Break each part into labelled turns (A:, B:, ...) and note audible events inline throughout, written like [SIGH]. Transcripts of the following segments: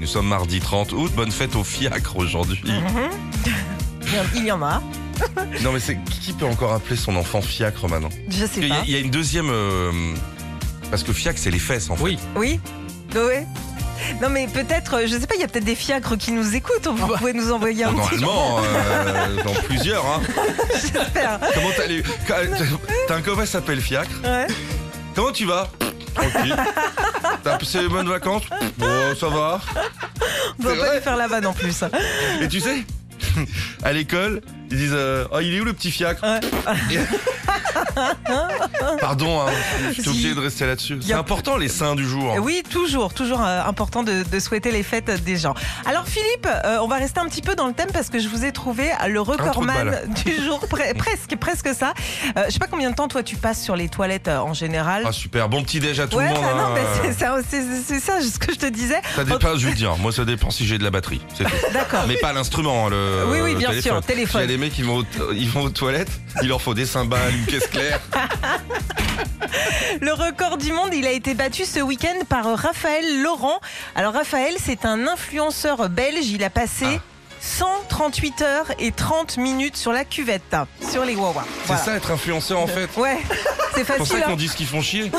A: Nous sommes mardi 30 août. Bonne fête au fiacre aujourd'hui.
B: Il y en a.
A: Non, mais c'est qui peut encore appeler son enfant fiacre maintenant
B: Je
A: Il
B: sais
A: y, a-
B: pas.
A: il y a une deuxième. euh, parce que fiacre, c'est les fesses en fait.
C: Oui.
B: Oui Oui. Non mais peut-être, euh, je sais pas, il y a peut-être des fiacres qui nous écoutent. Vous pouvez nous envoyer un petit
A: Bah, Normalement, euh, dans plusieurs. Hein.
B: [LAUGHS] j'espère.
A: Comment t'as les- T'as un copain qui s'appelle Fiacre.
B: Ouais.
A: Comment tu vas Tranquille. T'as passé les bonnes vacances Bon, ça va.
B: On va
A: C'est
B: pas
A: vrai.
B: lui faire la vanne en plus. Ouais.
A: Et tu sais, à l'école, ils disent euh, Oh, il est où le petit fiacre
B: [LAUGHS]
A: Pardon, hein, je suis obligé de rester là-dessus.
B: Y
A: C'est
B: a- Eh
A: important les seins du jour. hein.
B: Euh, Oui, toujours, toujours euh, important de, de souhaiter les fêtes des gens. Alors Philippe, euh, on va rester un petit peu dans le thème parce que je vous ai trouvé euh, le
A: trou de
B: recordman
A: balle.
B: du
A: [LAUGHS]
B: jour, pre- presque, presque ça. Euh, je sais pas combien de temps toi tu passes sur les toilettes euh, en général.
A: Ah, super. Bon petit déj à tout
B: ouais,
A: le monde.
B: bah non,
A: hein.
B: bah, c'est ça, c'est- c'est ça ce que je te disais.
A: Ça dépend, je vais te dire. Moi, ça dépend si j'ai de la batterie. C'est
B: [LAUGHS]
A: tout. Ah,
B: D'accord.
A: Mais pas l'instrument, hein, le.
B: Oui, oui,
A: le
B: bien
A: téléphone.
B: sûr, téléphone.
A: Il y a des mecs qui vont, aux, ils vont aux toilettes, il leur faut des cymbales, une caisse
B: [LAUGHS]
A: claire.
B: Le record du monde, il a été battu ce week-end par Raphaël Laurent. Alors Raphaël, c'est un influenceur belge. Il a passé
A: Ah.
B: 138 heures et 30 minutes sur la cuvette, sur les Wawa.
A: C'est
B: Voilà.
A: ça être influenceur en fait.
B: Ouais, [LAUGHS] c'est
A: C'est pour ça
B: facile.
A: qu'on
B: hein.
A: dit ce qu'ils font
B: [LAUGHS]
A: chier.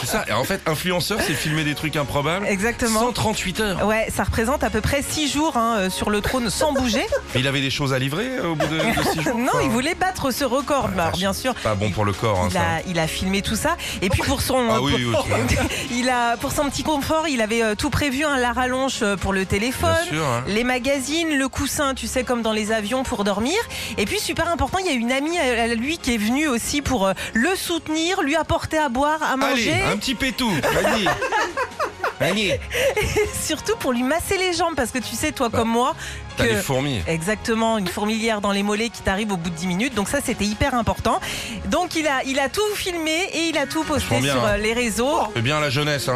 A: c'est ça. Et en fait, influenceur, c'est filmer des trucs improbables.
B: Exactement.
A: 138 heures.
B: Ouais, ça représente à peu près 6 jours hein, euh, sur le trône sans bouger.
A: Mais il avait des choses à livrer euh, au bout de, de 6
B: [LAUGHS]
A: jours. [LAUGHS]
B: non,
A: enfin. Ah,
B: il voulait battre ce record,
A: la
B: alors,
A: vache.
B: bien sûr.
A: Pas bon pour le corps, hein,
B: Il
A: ça.
B: a, il a filmé tout ça. Et puis pour son,
A: Ah oui, oui, oui.
B: [LAUGHS] il a, pour son petit confort, il avait euh, tout prévu, hein, la rallonge euh, pour le téléphone,
A: Bien sûr. hein.
B: les magazines, le coussin, tu sais, comme dans les avions pour dormir. Et puis, super important, il y a une amie à à lui qui est venue aussi pour euh, le soutenir, lui apporter à boire, à
A: Allez, hein.
B: manger,
A: un petit pétou.
B: [LAUGHS]
A: Vas-y. Vas-y.
B: et [LAUGHS] surtout pour lui masser les jambes, parce que tu sais, toi comme moi,
A: Bah, T'as
B: que-
A: les fourmis.
B: Exactement, une fourmilière dans les mollets qui t'arrive au bout de 10 minutes. Donc ça, c'était hyper important. Donc il a, il a tout filmé et il a tout posté
A: Vachement bien,
B: sur
A: hein.
B: euh, les réseaux. [LAUGHS]
A: C'est bien la jeunesse. Hein.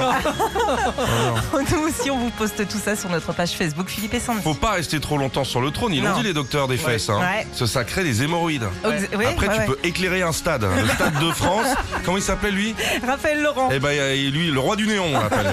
B: Nous aussi, on vous poste tout ça sur notre page Facebook Philippe et Sandy.
A: Faut pas rester trop longtemps sur le trône. Ils l'ont
B: Non.
A: dit les docteurs des fesses. Hein.
B: Ouais.
A: Ça, ça crée des hémorroïdes.
B: Ox- oui,
A: Après,
B: ouais,
A: tu
B: ouais.
A: peux éclairer un stade. Le stade de
B: [LAUGHS]
A: France. Comment il s'appelait lui
B: Raphaël Laurent.
A: Eh ben, euh, lui, le roi du néon, on l'appelle.